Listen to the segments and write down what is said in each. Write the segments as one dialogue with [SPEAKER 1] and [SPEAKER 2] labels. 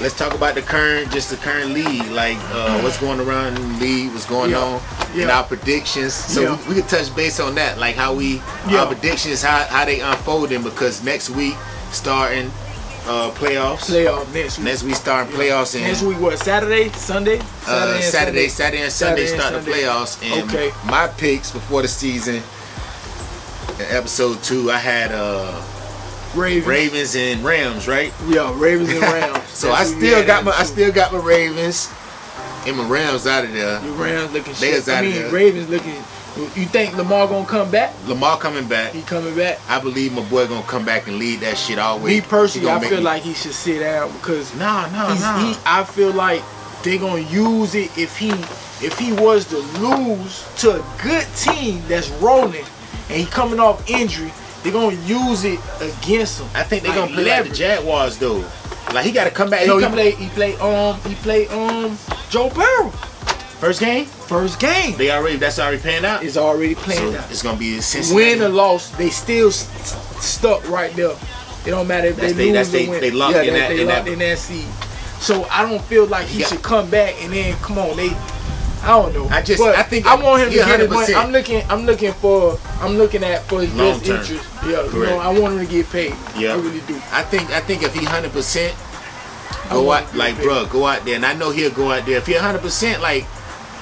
[SPEAKER 1] let's talk about the current, just the current league, like uh, what's going around in the league, what's going
[SPEAKER 2] Mm-hmm. Yeah.
[SPEAKER 1] on, and
[SPEAKER 2] Yeah.
[SPEAKER 1] our predictions. So
[SPEAKER 2] Yeah.
[SPEAKER 1] we, we can touch base on that, like how we
[SPEAKER 2] Yeah.
[SPEAKER 1] our predictions, how how they unfolding, because next week starting uh, playoffs.
[SPEAKER 2] Playoff next week.
[SPEAKER 1] Next week starting playoffs and
[SPEAKER 2] Next week what? Saturday, Sunday,
[SPEAKER 1] uh,
[SPEAKER 2] and
[SPEAKER 1] Saturday, Saturday and Sunday
[SPEAKER 2] Saturday and
[SPEAKER 1] start the
[SPEAKER 2] Sunday.
[SPEAKER 1] playoffs. And
[SPEAKER 2] Okay.
[SPEAKER 1] my picks before the season, in episode two, I had uh,
[SPEAKER 2] Ravens.
[SPEAKER 1] Ravens and Rams, right?
[SPEAKER 2] Yeah, Ravens and Rams.
[SPEAKER 1] So
[SPEAKER 2] That's
[SPEAKER 1] I
[SPEAKER 2] who we
[SPEAKER 1] still
[SPEAKER 2] had
[SPEAKER 1] got
[SPEAKER 2] in
[SPEAKER 1] my I
[SPEAKER 2] the
[SPEAKER 1] still got my Ravens and my Rams out of there.
[SPEAKER 2] The Rams looking
[SPEAKER 1] They
[SPEAKER 2] shit.
[SPEAKER 1] is outta
[SPEAKER 2] I mean,
[SPEAKER 1] there.
[SPEAKER 2] Ravens looking. You think Lamar gonna come back?
[SPEAKER 1] Lamar coming back.
[SPEAKER 2] He coming back?
[SPEAKER 1] I believe my boy gonna come back and lead that shit all the way.
[SPEAKER 2] me personally,
[SPEAKER 1] He
[SPEAKER 2] I
[SPEAKER 1] gonna
[SPEAKER 2] feel
[SPEAKER 1] make-
[SPEAKER 2] like he should sit down because
[SPEAKER 1] nah, nah,
[SPEAKER 2] he's,
[SPEAKER 1] nah.
[SPEAKER 2] he, I feel like they gonna use it if he if he was to lose to a good team that's rolling and he coming off injury, they gonna use it against him.
[SPEAKER 1] I think they
[SPEAKER 2] Like
[SPEAKER 1] gonna play like the
[SPEAKER 2] leverage.
[SPEAKER 1] Jaguars though. Like he gotta come back.
[SPEAKER 2] No,
[SPEAKER 1] he
[SPEAKER 2] he
[SPEAKER 1] come,
[SPEAKER 2] played. He played. Um, he played. Um, Joe Burrow.
[SPEAKER 1] first game.
[SPEAKER 2] First game
[SPEAKER 1] They already that's already panned out.
[SPEAKER 2] is already
[SPEAKER 1] So
[SPEAKER 2] planned out.
[SPEAKER 1] it's gonna be a Cincinnati.
[SPEAKER 2] Win or loss, they still s- stuck right there. It don't matter if
[SPEAKER 1] That's they-
[SPEAKER 2] they,
[SPEAKER 1] that's
[SPEAKER 2] lose
[SPEAKER 1] they-
[SPEAKER 2] or win.
[SPEAKER 1] they locked
[SPEAKER 2] yeah,
[SPEAKER 1] in that-
[SPEAKER 2] they, they
[SPEAKER 1] in
[SPEAKER 2] locked
[SPEAKER 1] that-
[SPEAKER 2] in that seed. So I don't feel like he
[SPEAKER 1] Yeah.
[SPEAKER 2] should come back and then come on. They, I don't know.
[SPEAKER 1] I just-
[SPEAKER 2] But
[SPEAKER 1] I think-
[SPEAKER 2] I want him to
[SPEAKER 1] yeah,
[SPEAKER 2] get his money.
[SPEAKER 1] 100%.
[SPEAKER 2] I'm looking. I'm looking for. I'm looking at for his
[SPEAKER 1] Long
[SPEAKER 2] best
[SPEAKER 1] term.
[SPEAKER 2] interest. Yeah, you
[SPEAKER 1] Correct.
[SPEAKER 2] know, I want him to get paid.
[SPEAKER 1] Yeah.
[SPEAKER 2] I really do.
[SPEAKER 1] I think I think if he hundred percent,
[SPEAKER 2] I
[SPEAKER 1] go
[SPEAKER 2] want
[SPEAKER 1] out
[SPEAKER 2] him to
[SPEAKER 1] like
[SPEAKER 2] get paid.
[SPEAKER 1] bruh, go out there, and I know he'll go out there. If he hundred percent, like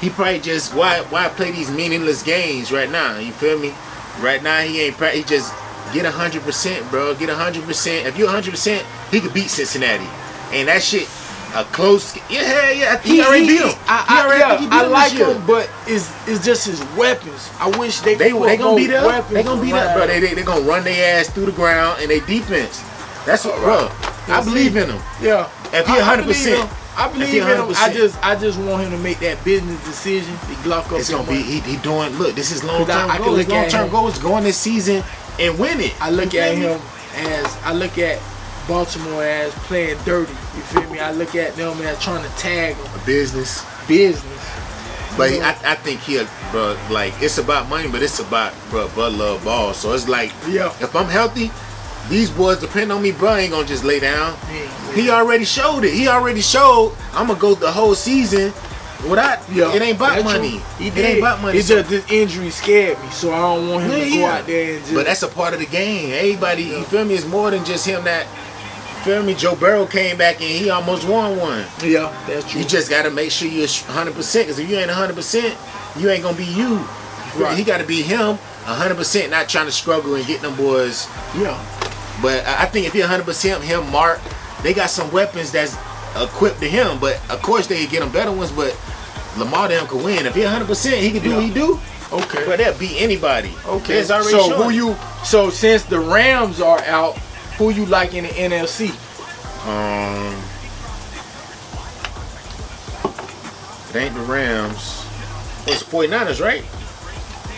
[SPEAKER 1] he probably just why why play these meaningless games right now? You feel me? Right now he ain't pra- he just get hundred percent, bro. Get hundred percent. If you hundred percent, he could beat Cincinnati, and that shit a close. Yeah, hell yeah. I think he, already beat him.
[SPEAKER 2] I,
[SPEAKER 1] He
[SPEAKER 2] I,
[SPEAKER 1] already
[SPEAKER 2] yeah,
[SPEAKER 1] think he beat
[SPEAKER 2] I
[SPEAKER 1] him
[SPEAKER 2] like
[SPEAKER 1] this year.
[SPEAKER 2] him, but it's it's just his weapons. I wish they
[SPEAKER 1] They
[SPEAKER 2] could
[SPEAKER 1] they
[SPEAKER 2] put
[SPEAKER 1] gonna
[SPEAKER 2] more
[SPEAKER 1] beat up.
[SPEAKER 2] weapons
[SPEAKER 1] They gonna beat up, bro.
[SPEAKER 2] around.
[SPEAKER 1] They they, they gonna run their ass through the ground and they defense. That's what, bro. I
[SPEAKER 2] That's
[SPEAKER 1] believe
[SPEAKER 2] it.
[SPEAKER 1] in them.
[SPEAKER 2] Yeah.
[SPEAKER 1] If he
[SPEAKER 2] I-
[SPEAKER 1] 100%,
[SPEAKER 2] I believe him. I believe
[SPEAKER 1] he
[SPEAKER 2] in him. I
[SPEAKER 1] 100%.
[SPEAKER 2] just I just want him to make that business decision. He glock up.
[SPEAKER 1] It's
[SPEAKER 2] his
[SPEAKER 1] gonna be
[SPEAKER 2] money.
[SPEAKER 1] he, he doing. Look, this is long term
[SPEAKER 2] I- I can
[SPEAKER 1] goals.
[SPEAKER 2] look
[SPEAKER 1] Long
[SPEAKER 2] at
[SPEAKER 1] term
[SPEAKER 2] him.
[SPEAKER 1] goals going this season and win it.
[SPEAKER 2] I look
[SPEAKER 1] You
[SPEAKER 2] at
[SPEAKER 1] feel me?
[SPEAKER 2] him as I look at Baltimore as playing dirty. You feel me? I look at them as trying to tag them.
[SPEAKER 1] A business,
[SPEAKER 2] Business.
[SPEAKER 1] but he, I, I think he'll, bro. Like it's about money, but it's about bro. Bud love ball, so it's like
[SPEAKER 2] Yeah.
[SPEAKER 1] if I'm healthy, these boys depend on me, bro. I Ain't gonna just lay down.
[SPEAKER 2] Yeah.
[SPEAKER 1] He already showed it. He already showed. I'm gonna go the whole season without.
[SPEAKER 2] Yeah,
[SPEAKER 1] it ain't about
[SPEAKER 2] that's
[SPEAKER 1] money.
[SPEAKER 2] true. He
[SPEAKER 1] It
[SPEAKER 2] did.
[SPEAKER 1] ain't about money.
[SPEAKER 2] It's just this injury scared me, so I don't want him
[SPEAKER 1] Yeah,
[SPEAKER 2] to go
[SPEAKER 1] yeah.
[SPEAKER 2] out there and just.
[SPEAKER 1] But that's a part of the game. Everybody, you feel me? It's more than just him that. Feel me? Joe Burrow came back and he almost won one.
[SPEAKER 2] yeah, that's true.
[SPEAKER 1] You just gotta make sure you're 100 percent. Cause if you ain't 100 percent, you ain't gonna be you.
[SPEAKER 2] Right.
[SPEAKER 1] He gotta be him 100 percent, not trying to struggle and get them boys.
[SPEAKER 2] yeah,
[SPEAKER 1] But I I think if you're 100 percent him, Mark, they got some weapons that's equipped to him. But of course they could get them better ones. But Lamar them could win. If you're 100 percent, he can do what he do.
[SPEAKER 2] okay.
[SPEAKER 1] But that beat anybody.
[SPEAKER 2] Okay.
[SPEAKER 1] It's already
[SPEAKER 2] so
[SPEAKER 1] shown.
[SPEAKER 2] who you? So since the Rams are out, who you like in the NFC?
[SPEAKER 1] Um, it ain't the Rams. It's the 49ers, right?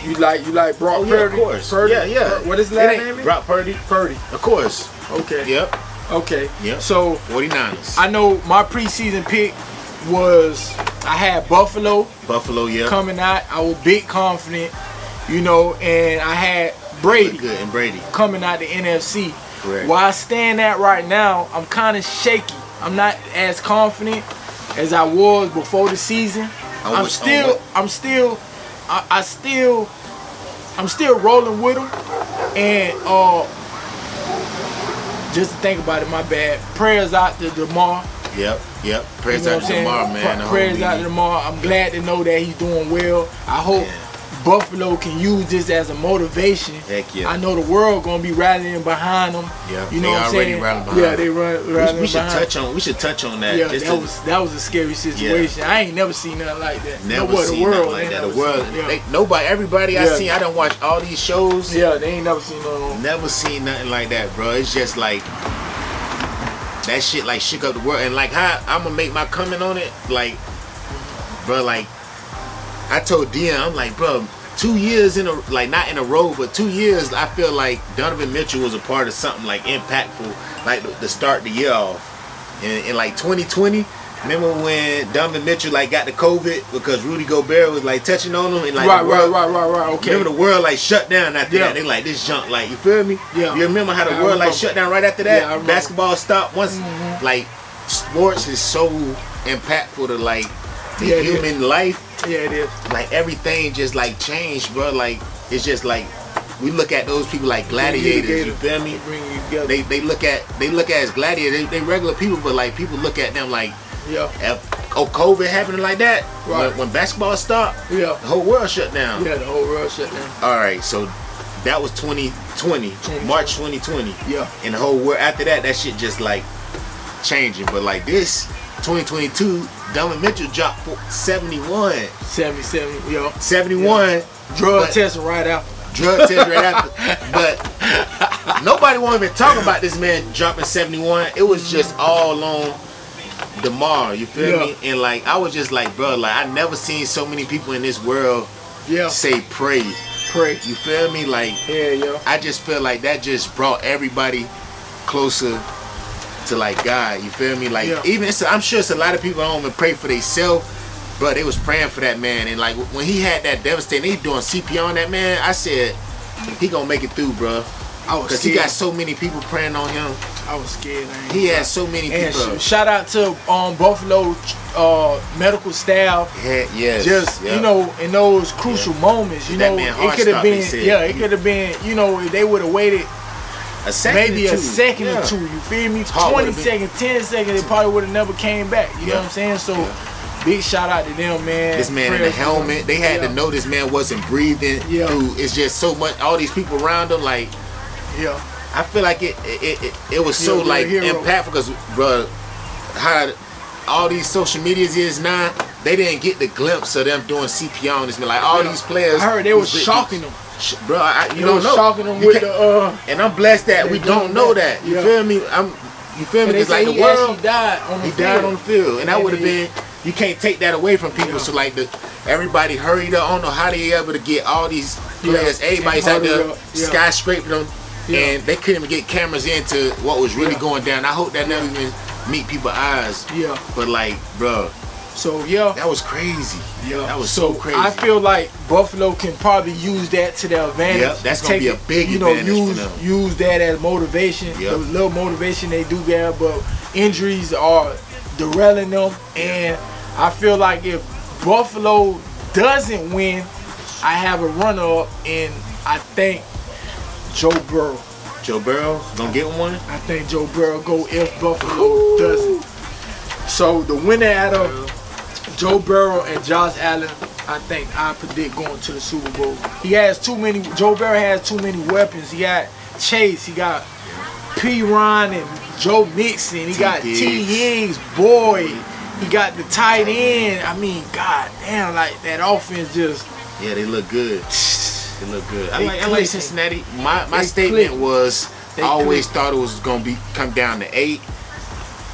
[SPEAKER 2] You like you like Brock
[SPEAKER 1] Oh, yeah,
[SPEAKER 2] Purdy?
[SPEAKER 1] of course.
[SPEAKER 2] Purdy?
[SPEAKER 1] Yeah, yeah.
[SPEAKER 2] What is his
[SPEAKER 1] It
[SPEAKER 2] last
[SPEAKER 1] ain't
[SPEAKER 2] name? is?
[SPEAKER 1] Brock Purdy.
[SPEAKER 2] Purdy.
[SPEAKER 1] Of course.
[SPEAKER 2] Okay.
[SPEAKER 1] Yep.
[SPEAKER 2] Okay.
[SPEAKER 1] Yeah.
[SPEAKER 2] So
[SPEAKER 1] 49ers.
[SPEAKER 2] I know my preseason pick was I had Buffalo
[SPEAKER 1] Buffalo, yeah.
[SPEAKER 2] coming out. I was big confident, you know, and I had Brady.
[SPEAKER 1] Look good. And Brady.
[SPEAKER 2] coming out the NFC.
[SPEAKER 1] Correct.
[SPEAKER 2] Where I stand at right now, I'm kind of shaky. I'm not as confident as I was before the season.
[SPEAKER 1] On which-
[SPEAKER 2] I'm
[SPEAKER 1] on
[SPEAKER 2] still,
[SPEAKER 1] what?
[SPEAKER 2] I'm still, I, I still, I'm still rolling with him. And uh, just to think about it, my bad. Prayers out to Demar.
[SPEAKER 1] Yep. Yep.
[SPEAKER 2] You
[SPEAKER 1] Praise
[SPEAKER 2] know
[SPEAKER 1] out
[SPEAKER 2] what I'm
[SPEAKER 1] to
[SPEAKER 2] saying?
[SPEAKER 1] Lamar, man.
[SPEAKER 2] Pra-
[SPEAKER 1] The whole
[SPEAKER 2] Prayers out to
[SPEAKER 1] league.
[SPEAKER 2] Lamar. I'm glad to know that he's doing well. I hope
[SPEAKER 1] Yeah.
[SPEAKER 2] Buffalo can use this as a motivation.
[SPEAKER 1] Heck yeah.
[SPEAKER 2] I know the world gonna be rallying behind them.
[SPEAKER 1] Yeah,
[SPEAKER 2] You
[SPEAKER 1] they
[SPEAKER 2] know what I'm
[SPEAKER 1] already
[SPEAKER 2] saying?
[SPEAKER 1] rallying behind
[SPEAKER 2] yeah,
[SPEAKER 1] them.
[SPEAKER 2] they run
[SPEAKER 1] We-
[SPEAKER 2] rallying
[SPEAKER 1] we, should
[SPEAKER 2] behind.
[SPEAKER 1] touch on. We should touch on that.
[SPEAKER 2] yeah,
[SPEAKER 1] just
[SPEAKER 2] that
[SPEAKER 1] to-
[SPEAKER 2] was that was a scary situation. I ain't never seen nothing like that.
[SPEAKER 1] never
[SPEAKER 2] Nowhere in
[SPEAKER 1] seen
[SPEAKER 2] the world
[SPEAKER 1] nothing like
[SPEAKER 2] they
[SPEAKER 1] that. The
[SPEAKER 2] never
[SPEAKER 1] world.
[SPEAKER 2] seen- yeah.
[SPEAKER 1] They, nobody. Everybody I
[SPEAKER 2] Yeah.
[SPEAKER 1] seen. I done watched all these shows.
[SPEAKER 2] yeah, they ain't never seen no.
[SPEAKER 1] Never seen nothing like that, bro. It's just like that shit like shook up the world. And like how I'm gonna make my comment on it, like, bro, like I told Dion, I'm like, bro, two years in a like not in a row, but two years. I feel like Donovan Mitchell was a part of something like impactful, like the, the start the year off in, in like 2020. Remember when Donovan Mitchell like got the COVID because Rudy Gobert was like touching on him and like the
[SPEAKER 2] right, right,
[SPEAKER 1] world-
[SPEAKER 2] right, right, right. Okay.
[SPEAKER 1] Remember the world like shut down after
[SPEAKER 2] Yeah.
[SPEAKER 1] that. They like this junk, like you feel me?
[SPEAKER 2] Yeah.
[SPEAKER 1] You remember how the
[SPEAKER 2] I
[SPEAKER 1] world like
[SPEAKER 2] remember. Mm-hmm.
[SPEAKER 1] shut down right after
[SPEAKER 2] Yeah, I
[SPEAKER 1] that?
[SPEAKER 2] remember.
[SPEAKER 1] Basketball stopped once, like s- sports is so impactful to like the
[SPEAKER 2] Yeah, it is.
[SPEAKER 1] human life
[SPEAKER 2] Yeah, it is.
[SPEAKER 1] like everything just like changed, bro. Like it's just like we look at those people like gladiators. You feel me?
[SPEAKER 2] Bring you together.
[SPEAKER 1] They they look at they look at as gladiators. They, they regular people, but like people look at them like,
[SPEAKER 2] yeah,
[SPEAKER 1] if, oh, COVID happening like that.
[SPEAKER 2] Right.
[SPEAKER 1] When, when basketball stopped,
[SPEAKER 2] yeah,
[SPEAKER 1] the whole world shut down.
[SPEAKER 2] yeah. The whole world shut down.
[SPEAKER 1] All right, so that was 2020,
[SPEAKER 2] 2020.
[SPEAKER 1] March 2020,
[SPEAKER 2] Yeah,
[SPEAKER 1] and the whole world after that, that shit just like changing. But like this, 2022, Donovan Mitchell dropped four- 71,
[SPEAKER 2] 77. Yeah,
[SPEAKER 1] 71.
[SPEAKER 2] drug
[SPEAKER 1] But-
[SPEAKER 2] testing right after.
[SPEAKER 1] drug test right after. But nobody wanted to talk about this man dropping 71. It was just all on Demar. You feel
[SPEAKER 2] Yeah.
[SPEAKER 1] me? And like I was just like, bro, like I never seen so many people in this world
[SPEAKER 2] Yeah,
[SPEAKER 1] say pray.
[SPEAKER 2] pray.
[SPEAKER 1] You feel me? Like
[SPEAKER 2] Yeah, yeah.
[SPEAKER 1] I just feel like that just brought everybody closer to like God. You feel me? Like
[SPEAKER 2] Yeah.
[SPEAKER 1] even so, I'm sure it's a lot of people don't even pray for themselves. But they was praying for that man, and like when he had that devastating, he doing CPR on that man. I said, he gonna make it through, bro,
[SPEAKER 2] I was
[SPEAKER 1] because
[SPEAKER 2] scared.
[SPEAKER 1] he got so many people praying on him.
[SPEAKER 2] I was scared. I ain't
[SPEAKER 1] He had so many
[SPEAKER 2] And
[SPEAKER 1] people.
[SPEAKER 2] sh- shout out to um, Buffalo uh, medical staff.
[SPEAKER 1] Yeah, yes,
[SPEAKER 2] Just
[SPEAKER 1] yeah.
[SPEAKER 2] you know, in those crucial moments, you
[SPEAKER 1] That
[SPEAKER 2] know,
[SPEAKER 1] man heart
[SPEAKER 2] it could have
[SPEAKER 1] stopped, he
[SPEAKER 2] been,
[SPEAKER 1] said.
[SPEAKER 2] yeah, it could have been, you know, if they would have waited
[SPEAKER 1] a second or
[SPEAKER 2] maybe
[SPEAKER 1] two.
[SPEAKER 2] a second
[SPEAKER 1] Yeah.
[SPEAKER 2] or two. You feel me?
[SPEAKER 1] Hard
[SPEAKER 2] Twenty
[SPEAKER 1] would've been.
[SPEAKER 2] seconds, ten seconds, it probably would have never came back. You know
[SPEAKER 1] Yeah.
[SPEAKER 2] what I'm saying? So, big shout out to them, man.
[SPEAKER 1] This man in the
[SPEAKER 2] Prayers for them.
[SPEAKER 1] helmet. They had
[SPEAKER 2] yeah.
[SPEAKER 1] to know this man wasn't breathing.
[SPEAKER 2] Yeah.
[SPEAKER 1] Through. It's just so much. All these people around him, like.
[SPEAKER 2] Yeah,
[SPEAKER 1] I feel like it it, it, it was so
[SPEAKER 2] You're- you're
[SPEAKER 1] like
[SPEAKER 2] a hero.
[SPEAKER 1] impactful because bro, how all these social medias is now they didn't get the glimpse of them doing CPR on this man. Like all
[SPEAKER 2] Yeah.
[SPEAKER 1] these players,
[SPEAKER 2] I heard they was
[SPEAKER 1] these-
[SPEAKER 2] shocking them.
[SPEAKER 1] Sh- bro. I, you
[SPEAKER 2] They
[SPEAKER 1] don't
[SPEAKER 2] was
[SPEAKER 1] know.
[SPEAKER 2] shocking them
[SPEAKER 1] You
[SPEAKER 2] with the
[SPEAKER 1] can't-
[SPEAKER 2] uh.
[SPEAKER 1] and I'm blessed that
[SPEAKER 2] they
[SPEAKER 1] we
[SPEAKER 2] doing
[SPEAKER 1] don't know
[SPEAKER 2] that.
[SPEAKER 1] that. You
[SPEAKER 2] Yeah.
[SPEAKER 1] feel me? I'm you feel me?
[SPEAKER 2] And they
[SPEAKER 1] Because
[SPEAKER 2] say
[SPEAKER 1] like
[SPEAKER 2] he
[SPEAKER 1] the world,
[SPEAKER 2] actually died on the
[SPEAKER 1] he died
[SPEAKER 2] field.
[SPEAKER 1] on the field, and that
[SPEAKER 2] And
[SPEAKER 1] would have
[SPEAKER 2] he-
[SPEAKER 1] been. You can't take that away from people.
[SPEAKER 2] Yeah.
[SPEAKER 1] So like the everybody hurried up. I don't know how they able to get all these
[SPEAKER 2] Yeah.
[SPEAKER 1] players. Everybody's out
[SPEAKER 2] And hurry
[SPEAKER 1] there
[SPEAKER 2] up. Yeah.
[SPEAKER 1] skyscraping them,
[SPEAKER 2] Yeah.
[SPEAKER 1] and they couldn't even get cameras into what was really
[SPEAKER 2] Yeah.
[SPEAKER 1] going down. I hope that never even meet people's eyes.
[SPEAKER 2] Yeah.
[SPEAKER 1] But like, bro,
[SPEAKER 2] So yeah.
[SPEAKER 1] that was crazy.
[SPEAKER 2] Yeah,
[SPEAKER 1] That was so, crazy.
[SPEAKER 2] I feel like Buffalo can probably use that to their advantage.
[SPEAKER 1] Yep, that's gonna be a big
[SPEAKER 2] you know,
[SPEAKER 1] advantage for
[SPEAKER 2] use,
[SPEAKER 1] them.
[SPEAKER 2] Use that as motivation.
[SPEAKER 1] Yep.
[SPEAKER 2] The little motivation they do get, but injuries are derailing them. And I feel like if Buffalo doesn't win, I have a run up, and I think Joe Burrow.
[SPEAKER 1] Joe Burrow gonna get one.
[SPEAKER 2] I think Joe Burrow go if Buffalo doesn't. So the winner out of Joe Burrow and Josh Allen, I think I predict going to the Super Bowl. He has too many. Joe Burrow has too many weapons. He got Chase. He got P. Ron and Joe Mixon. He got T.
[SPEAKER 1] Diggs.
[SPEAKER 2] Higgs. Boy, he got the tight end. I mean, god damn, like that offense just.
[SPEAKER 1] Yeah, they look good. They look good. I
[SPEAKER 2] They
[SPEAKER 1] like, I like
[SPEAKER 2] clicking.
[SPEAKER 1] Cincinnati. My my
[SPEAKER 2] They
[SPEAKER 1] statement
[SPEAKER 2] clicking.
[SPEAKER 1] was
[SPEAKER 2] They
[SPEAKER 1] I always thought it was gonna be come down to eight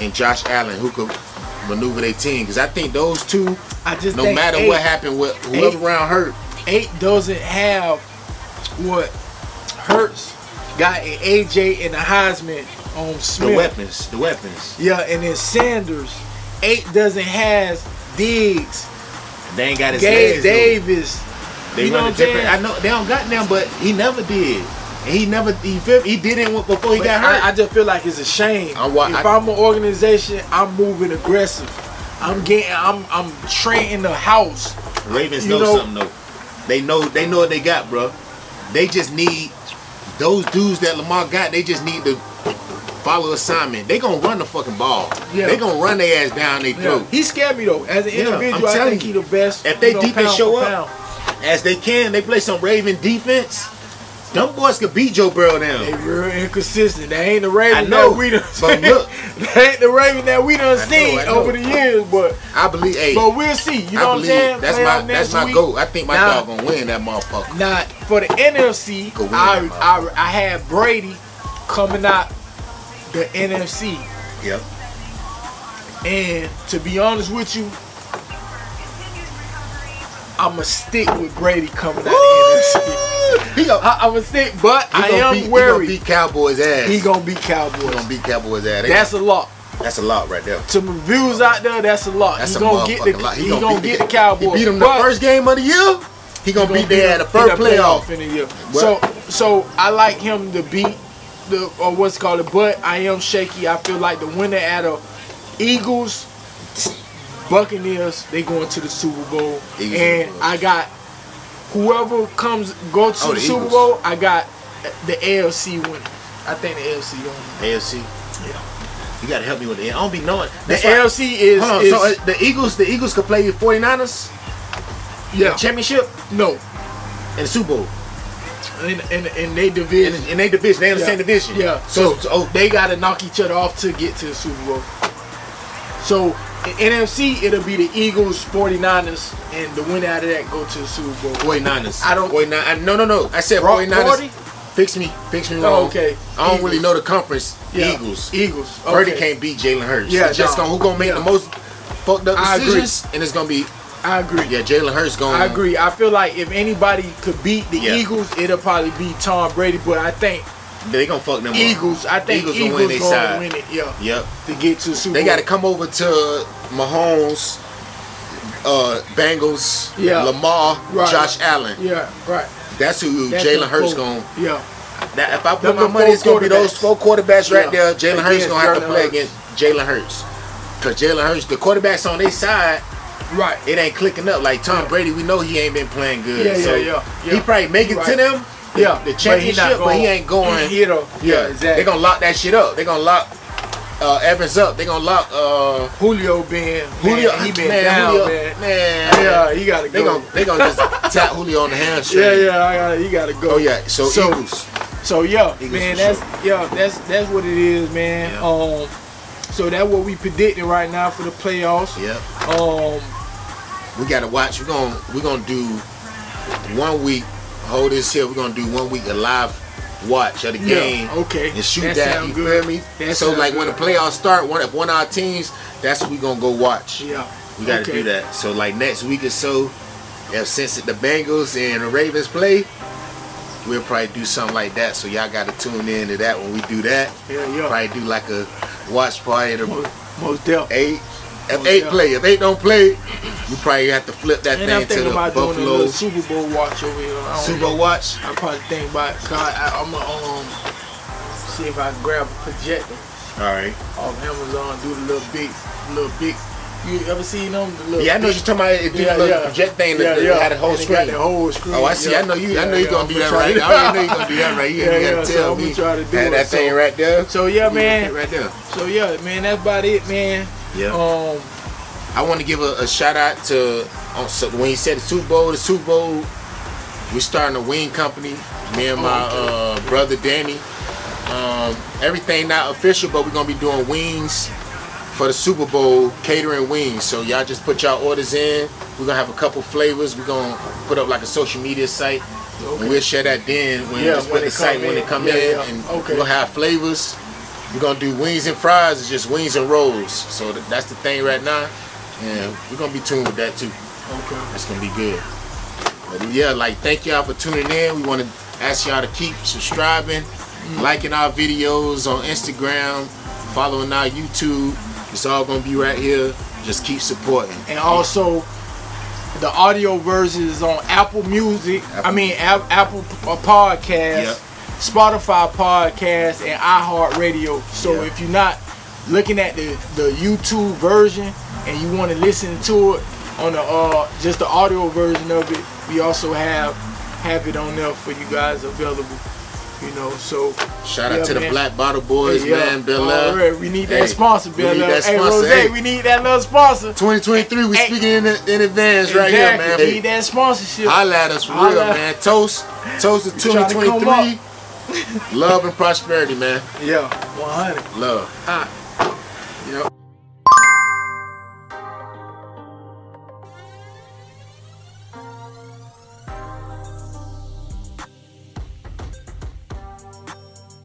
[SPEAKER 1] and Josh Allen who could maneuver their team because I think those two,
[SPEAKER 2] I just
[SPEAKER 1] no
[SPEAKER 2] think
[SPEAKER 1] matter
[SPEAKER 2] eight-
[SPEAKER 1] what happened, with whoever
[SPEAKER 2] eight.
[SPEAKER 1] round hurt,
[SPEAKER 2] eight doesn't have what Hurts got in AJ and the Heisman on
[SPEAKER 1] the
[SPEAKER 2] Smith.
[SPEAKER 1] weapons, the weapons,
[SPEAKER 2] Yeah, and then Sanders. Eight doesn't has Diggs,
[SPEAKER 1] they ain't got his
[SPEAKER 2] Gabe
[SPEAKER 1] legs. though.
[SPEAKER 2] Davis.
[SPEAKER 1] They
[SPEAKER 2] you know
[SPEAKER 1] run
[SPEAKER 2] what
[SPEAKER 1] a
[SPEAKER 2] I'm
[SPEAKER 1] different.
[SPEAKER 2] saying?
[SPEAKER 1] I know they don't got them, but he never did. And he never he feel- he didn't before he
[SPEAKER 2] But
[SPEAKER 1] got
[SPEAKER 2] I,
[SPEAKER 1] hurt.
[SPEAKER 2] I just feel like it's a shame.
[SPEAKER 1] I'm wa-
[SPEAKER 2] if
[SPEAKER 1] I-
[SPEAKER 2] I'm an organization, I'm moving aggressive. I'm getting, I'm, I'm trading the house.
[SPEAKER 1] Ravens
[SPEAKER 2] You
[SPEAKER 1] know,
[SPEAKER 2] know-
[SPEAKER 1] something though. They know they know what they got, bro. They just need those dudes that Lamar got. They just need to follow assignment. They gonna run the fucking ball.
[SPEAKER 2] Yeah.
[SPEAKER 1] They gonna run their ass down their
[SPEAKER 2] Yeah.
[SPEAKER 1] throat
[SPEAKER 2] He scared me though. As an
[SPEAKER 1] Yeah, I'm
[SPEAKER 2] individual, I
[SPEAKER 1] telling
[SPEAKER 2] think he
[SPEAKER 1] you.
[SPEAKER 2] the best.
[SPEAKER 1] If they
[SPEAKER 2] you know,
[SPEAKER 1] deep, they
[SPEAKER 2] pound
[SPEAKER 1] show
[SPEAKER 2] for
[SPEAKER 1] up.
[SPEAKER 2] pound.
[SPEAKER 1] as they can. They play some Raven defense. Them boys could beat Joe Burrow
[SPEAKER 2] They
[SPEAKER 1] down.
[SPEAKER 2] real inconsistent. They ain't the Raven
[SPEAKER 1] I know,
[SPEAKER 2] that we done
[SPEAKER 1] but look.
[SPEAKER 2] they ain't the Raven that we done
[SPEAKER 1] know,
[SPEAKER 2] seen
[SPEAKER 1] I know.
[SPEAKER 2] over the years, but
[SPEAKER 1] I believe. Hey,
[SPEAKER 2] but we'll see. You know
[SPEAKER 1] I
[SPEAKER 2] what I'm saying?
[SPEAKER 1] believe that's
[SPEAKER 2] Play
[SPEAKER 1] my
[SPEAKER 2] out
[SPEAKER 1] that's
[SPEAKER 2] next
[SPEAKER 1] my
[SPEAKER 2] week.
[SPEAKER 1] goal. I think my
[SPEAKER 2] Nah.
[SPEAKER 1] dog gonna win that motherfucker.
[SPEAKER 2] Now for the NFC,
[SPEAKER 1] Go win
[SPEAKER 2] I,
[SPEAKER 1] that
[SPEAKER 2] I I had Brady coming out the NFC.
[SPEAKER 1] Yep.
[SPEAKER 2] And to be honest with you, I'ma stick with Brady coming out the NFC.
[SPEAKER 1] He gonna,
[SPEAKER 2] I, I'ma stick, but
[SPEAKER 1] he
[SPEAKER 2] I
[SPEAKER 1] gonna
[SPEAKER 2] am
[SPEAKER 1] beat, he gonna
[SPEAKER 2] worried.
[SPEAKER 1] beat Cowboys ass.
[SPEAKER 2] He gonna be
[SPEAKER 1] He
[SPEAKER 2] Cowboys.
[SPEAKER 1] gonna beat Cowboys ass. They-
[SPEAKER 2] That's a lot.
[SPEAKER 1] that's a lot right there.
[SPEAKER 2] to my viewers out there, that's a lot.
[SPEAKER 1] That's
[SPEAKER 2] he
[SPEAKER 1] a
[SPEAKER 2] gonna get the
[SPEAKER 1] motherfucking lot.
[SPEAKER 2] he, gonna,
[SPEAKER 1] beat
[SPEAKER 2] get the Cowboys.
[SPEAKER 1] He beat him the
[SPEAKER 2] But
[SPEAKER 1] first game of the year. He
[SPEAKER 2] he
[SPEAKER 1] gonna beat
[SPEAKER 2] them
[SPEAKER 1] them at the
[SPEAKER 2] in
[SPEAKER 1] first
[SPEAKER 2] the
[SPEAKER 1] playoff.
[SPEAKER 2] in the year. So
[SPEAKER 1] Well-
[SPEAKER 2] so I like him to beat the or what's it called it, but I am shaky. I feel like the winner out of Eagles, Buccaneers, they going to the Super Bowl.
[SPEAKER 1] Eagles
[SPEAKER 2] and
[SPEAKER 1] Buccaneers.
[SPEAKER 2] I got whoever comes go to
[SPEAKER 1] Oh,
[SPEAKER 2] the,
[SPEAKER 1] the
[SPEAKER 2] Super
[SPEAKER 1] Eagles.
[SPEAKER 2] Bowl, I got the AFC winning. I think the AFC going
[SPEAKER 1] AFC.
[SPEAKER 2] Yeah.
[SPEAKER 1] You gotta help me with the. I don't be knowing.
[SPEAKER 2] The
[SPEAKER 1] That's why-
[SPEAKER 2] AFC is,
[SPEAKER 1] Hold on,
[SPEAKER 2] is
[SPEAKER 1] so uh, the Eagles, the Eagles could play 49ers
[SPEAKER 2] yeah,
[SPEAKER 1] championship
[SPEAKER 2] no,
[SPEAKER 1] and Super Bowl
[SPEAKER 2] in in, in their
[SPEAKER 1] in,
[SPEAKER 2] division.
[SPEAKER 1] in their division. They in the
[SPEAKER 2] Yeah.
[SPEAKER 1] same division.
[SPEAKER 2] Yeah.
[SPEAKER 1] So,
[SPEAKER 2] So,
[SPEAKER 1] so oh,
[SPEAKER 2] they gotta knock each other off to get to the Super Bowl. So in NFC it'll be the Eagles, 49ers, and the winner out of that go to the Super Bowl.
[SPEAKER 1] 49ers.
[SPEAKER 2] I don't-
[SPEAKER 1] 49. I, no, no, no. I said
[SPEAKER 2] Brock
[SPEAKER 1] 49ers.
[SPEAKER 2] Purdy?
[SPEAKER 1] Fix me. Fix me
[SPEAKER 2] Oh,
[SPEAKER 1] wrong.
[SPEAKER 2] okay.
[SPEAKER 1] I don't
[SPEAKER 2] Eagles.
[SPEAKER 1] really know the conference.
[SPEAKER 2] Yeah.
[SPEAKER 1] Eagles.
[SPEAKER 2] Eagles. Okay.
[SPEAKER 1] Purdy can't beat Jalen Hurts.
[SPEAKER 2] Yeah,
[SPEAKER 1] It's just
[SPEAKER 2] no.
[SPEAKER 1] gonna who gonna make
[SPEAKER 2] Yeah.
[SPEAKER 1] the most fucked up
[SPEAKER 2] I agree.
[SPEAKER 1] decisions, and it's gonna be
[SPEAKER 2] I agree.
[SPEAKER 1] yeah Jalen Hurts going.
[SPEAKER 2] I agree. I feel like if anybody could beat the
[SPEAKER 1] Yeah.
[SPEAKER 2] Eagles, it'll probably be Tom Brady. But I think
[SPEAKER 1] They gonna fuck them up.
[SPEAKER 2] Eagles. I think
[SPEAKER 1] Eagles
[SPEAKER 2] Eagles,
[SPEAKER 1] gonna win
[SPEAKER 2] gonna,
[SPEAKER 1] they
[SPEAKER 2] win,
[SPEAKER 1] side.
[SPEAKER 2] it. Yeah,
[SPEAKER 1] Yep.
[SPEAKER 2] to get to the Super
[SPEAKER 1] They
[SPEAKER 2] Bowl.
[SPEAKER 1] got to come over to Mahomes, uh, Bengals,
[SPEAKER 2] Yeah.
[SPEAKER 1] Lamar,
[SPEAKER 2] Right.
[SPEAKER 1] Josh Allen.
[SPEAKER 2] Yeah, right.
[SPEAKER 1] That's who
[SPEAKER 2] That's
[SPEAKER 1] Jalen
[SPEAKER 2] the
[SPEAKER 1] Hurts
[SPEAKER 2] four.
[SPEAKER 1] going.
[SPEAKER 2] Yeah,
[SPEAKER 1] That if I put
[SPEAKER 2] Them
[SPEAKER 1] my
[SPEAKER 2] the
[SPEAKER 1] money,
[SPEAKER 2] four
[SPEAKER 1] it's gonna be those
[SPEAKER 2] quarterbacks.
[SPEAKER 1] four quarterbacks right there.
[SPEAKER 2] Yeah.
[SPEAKER 1] Jalen Hurts
[SPEAKER 2] Against
[SPEAKER 1] gonna have to
[SPEAKER 2] Jalen
[SPEAKER 1] play
[SPEAKER 2] Hurts.
[SPEAKER 1] against Jalen Hurts. Cause Jalen Hurts, the quarterbacks on their side,
[SPEAKER 2] right.
[SPEAKER 1] it ain't clicking up. Like Tom
[SPEAKER 2] Yeah.
[SPEAKER 1] Brady, we know he ain't been playing good.
[SPEAKER 2] Yeah, yeah,
[SPEAKER 1] so
[SPEAKER 2] yeah, yeah.
[SPEAKER 1] He probably make it to
[SPEAKER 2] Right.
[SPEAKER 1] them, the-
[SPEAKER 2] Yeah,
[SPEAKER 1] the
[SPEAKER 2] but he not
[SPEAKER 1] championship, but he,
[SPEAKER 2] going-
[SPEAKER 1] ain't going.
[SPEAKER 2] You know,
[SPEAKER 1] yeah,
[SPEAKER 2] yeah,
[SPEAKER 1] They
[SPEAKER 2] exactly.
[SPEAKER 1] gonna lock that shit up. They gonna lock uh, Evans up. They gonna lock. Uh,
[SPEAKER 2] Julio been
[SPEAKER 1] Julio,
[SPEAKER 2] man, he been
[SPEAKER 1] man,
[SPEAKER 2] down,
[SPEAKER 1] Julio,
[SPEAKER 2] man.
[SPEAKER 1] man.
[SPEAKER 2] Yeah, he gotta
[SPEAKER 1] They
[SPEAKER 2] go.
[SPEAKER 1] gonna they gonna just tap Julio on the hamstring.
[SPEAKER 2] yeah, yeah, I gotta, he gotta go.
[SPEAKER 1] Oh yeah. So,
[SPEAKER 2] So-
[SPEAKER 1] Eagles.
[SPEAKER 2] So yeah,
[SPEAKER 1] Eagles
[SPEAKER 2] man,
[SPEAKER 1] for
[SPEAKER 2] that's yeah, that's that's what it is, man.
[SPEAKER 1] Yeah.
[SPEAKER 2] Um, so that's what we predicting right now for the playoffs.
[SPEAKER 1] Yep.
[SPEAKER 2] Um,
[SPEAKER 1] We gotta watch. We're gonna we're gonna do one week. Hold this here. We're gonna do one week a live watch of the
[SPEAKER 2] Yeah,
[SPEAKER 1] game.
[SPEAKER 2] okay.
[SPEAKER 1] And shoot that.
[SPEAKER 2] That sound
[SPEAKER 1] you
[SPEAKER 2] good.
[SPEAKER 1] feel me?
[SPEAKER 2] That
[SPEAKER 1] so
[SPEAKER 2] sound
[SPEAKER 1] like when the
[SPEAKER 2] good.
[SPEAKER 1] playoffs start, one if one of our teams, that's what we gonna go watch.
[SPEAKER 2] yeah,
[SPEAKER 1] We gotta
[SPEAKER 2] okay.
[SPEAKER 1] do that. So like next week or so, if since the Bengals and the Ravens play, we'll probably do something like that. So y'all gotta tune in to that when we do that.
[SPEAKER 2] Yeah, yeah.
[SPEAKER 1] Probably do like a watch party of the
[SPEAKER 2] Most, most definitely.
[SPEAKER 1] eight. If
[SPEAKER 2] Oh,
[SPEAKER 1] eight
[SPEAKER 2] yeah.
[SPEAKER 1] play, if eight don't play, you probably have to flip that
[SPEAKER 2] And I'm
[SPEAKER 1] thing to
[SPEAKER 2] thinking
[SPEAKER 1] the
[SPEAKER 2] about doing a
[SPEAKER 1] Buffalo
[SPEAKER 2] little Super Bowl watch over here. I don't
[SPEAKER 1] Super
[SPEAKER 2] know.
[SPEAKER 1] Bowl watch.
[SPEAKER 2] I probably think about it, 'cause I, I, I'm gonna um, see if I can grab a projector
[SPEAKER 1] All right.
[SPEAKER 2] off Amazon, do the little big, little big. You ever seen them? The little
[SPEAKER 1] Yeah, I know
[SPEAKER 2] big-
[SPEAKER 1] what you're talking about it. Do the little project thing that that had the whole
[SPEAKER 2] And it
[SPEAKER 1] screen.
[SPEAKER 2] Got the whole screen.
[SPEAKER 1] Oh, I see. I know you. I
[SPEAKER 2] Yeah,
[SPEAKER 1] know you're
[SPEAKER 2] yeah,
[SPEAKER 1] gonna
[SPEAKER 2] I'm
[SPEAKER 1] do that
[SPEAKER 2] try
[SPEAKER 1] right.
[SPEAKER 2] to-
[SPEAKER 1] now. I already know you're gonna do that right. You ain't
[SPEAKER 2] Yeah, yeah,
[SPEAKER 1] gotta
[SPEAKER 2] so
[SPEAKER 1] tell
[SPEAKER 2] I'm
[SPEAKER 1] me.
[SPEAKER 2] gonna try to do
[SPEAKER 1] Had
[SPEAKER 2] it,
[SPEAKER 1] that thing
[SPEAKER 2] so-
[SPEAKER 1] right there.
[SPEAKER 2] So yeah,
[SPEAKER 1] Right
[SPEAKER 2] man.
[SPEAKER 1] there.
[SPEAKER 2] So yeah, man. That's about it, man.
[SPEAKER 1] Yeah.
[SPEAKER 2] Um,
[SPEAKER 1] I want to give a, a shout out to on, so when he said the Super Bowl. The Super Bowl, we're starting a wing company. Me and my
[SPEAKER 2] Oh,
[SPEAKER 1] uh, brother Danny. Um, everything not official, but we're gonna be doing wings for the Super Bowl catering wings. So y'all just put y'all orders in. We're gonna have a couple flavors. We're gonna put up like a social media site. And
[SPEAKER 2] okay.
[SPEAKER 1] we'll share that then when
[SPEAKER 2] Yeah,
[SPEAKER 1] just put
[SPEAKER 2] when
[SPEAKER 1] the
[SPEAKER 2] it come
[SPEAKER 1] site when
[SPEAKER 2] in.
[SPEAKER 1] it come
[SPEAKER 2] Yeah,
[SPEAKER 1] in,
[SPEAKER 2] yeah.
[SPEAKER 1] and
[SPEAKER 2] Okay.
[SPEAKER 1] we're gonna have flavors. We're gonna do wings and fries. It's just wings and rolls. So th- that's the thing right now, and we're gonna be tuned with that too.
[SPEAKER 2] okay.
[SPEAKER 1] That's gonna be good. But yeah, like thank y'all for tuning in. We want to ask y'all to keep subscribing,
[SPEAKER 2] Mm.
[SPEAKER 1] liking our videos on Instagram, following our YouTube. It's all gonna be right here. Just keep supporting.
[SPEAKER 2] and also the audio version is on Apple Music. I
[SPEAKER 1] Apple.
[SPEAKER 2] mean Ap- Apple uh, Podcast,
[SPEAKER 1] Yep.
[SPEAKER 2] Spotify Podcast, and iHeartRadio. So
[SPEAKER 1] Yeah.
[SPEAKER 2] if you're not looking at the the YouTube version and you want to listen to it on the uh just the audio version of it, we also have have it on there for you guys available. You know, so
[SPEAKER 1] Shout out
[SPEAKER 2] Yeah,
[SPEAKER 1] to the
[SPEAKER 2] man.
[SPEAKER 1] Black Bottle Boys,
[SPEAKER 2] yeah,
[SPEAKER 1] man, Bill.
[SPEAKER 2] all
[SPEAKER 1] Love.
[SPEAKER 2] right, we need
[SPEAKER 1] Hey,
[SPEAKER 2] that sponsor,
[SPEAKER 1] we
[SPEAKER 2] Bill.
[SPEAKER 1] need
[SPEAKER 2] Love.
[SPEAKER 1] that
[SPEAKER 2] Hey,
[SPEAKER 1] sponsor.
[SPEAKER 2] Rose,
[SPEAKER 1] Hey.
[SPEAKER 2] we need that little sponsor.
[SPEAKER 1] 2023, we
[SPEAKER 2] Hey.
[SPEAKER 1] speaking in, in advance right
[SPEAKER 2] exactly.
[SPEAKER 1] here, man.
[SPEAKER 2] We need that sponsorship.
[SPEAKER 1] Holla at us for
[SPEAKER 2] Holla.
[SPEAKER 1] real, man. Toast, toast to
[SPEAKER 2] trying to come
[SPEAKER 1] 2023. Love and prosperity, man.
[SPEAKER 2] Yeah, 100.
[SPEAKER 1] Love.
[SPEAKER 2] Ah.
[SPEAKER 1] Yep.